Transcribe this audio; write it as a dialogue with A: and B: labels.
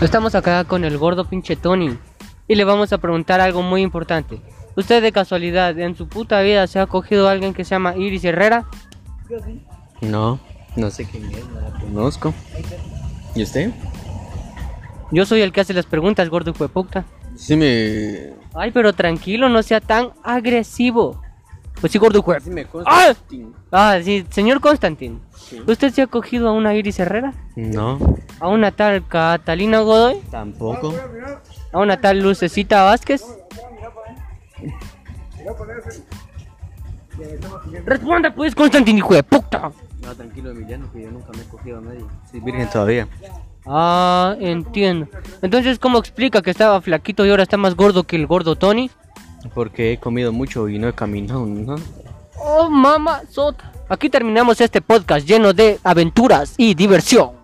A: Estamos acá con el gordo pinche Tony y le vamos a preguntar algo muy importante. ¿Usted de casualidad en su puta vida se ha cogido a alguien que se llama Iris Herrera?
B: No, no sé quién es, no la conozco. ¿Y usted?
A: Yo soy el que hace las preguntas, gordo hijo de puta.
B: Sí me...
A: Ay, pero tranquilo, no sea tan agresivo. Pues sí, gordo hijo de-
B: Sí me
A: ¡Ah! Ah, sí, señor Constantin. ¿Usted se ha cogido a una Iris Herrera?
B: No,
A: ¿A una tal Catalina Godoy?
B: tampoco.
A: ¿A una tal Lucecita Vázquez? Responda pues, Constantin, hijo de puta.
B: No, tranquilo Emiliano, que yo nunca me he cogido a nadie. Sí, virgen todavía.
A: Ah, entiendo. Entonces, ¿cómo explica que estaba flaquito y ahora está más gordo que el gordo Tony?
B: Porque he comido mucho y no he caminado, ¿no?
A: Oh, mamá sota. Aquí terminamos este podcast lleno de aventuras y diversión.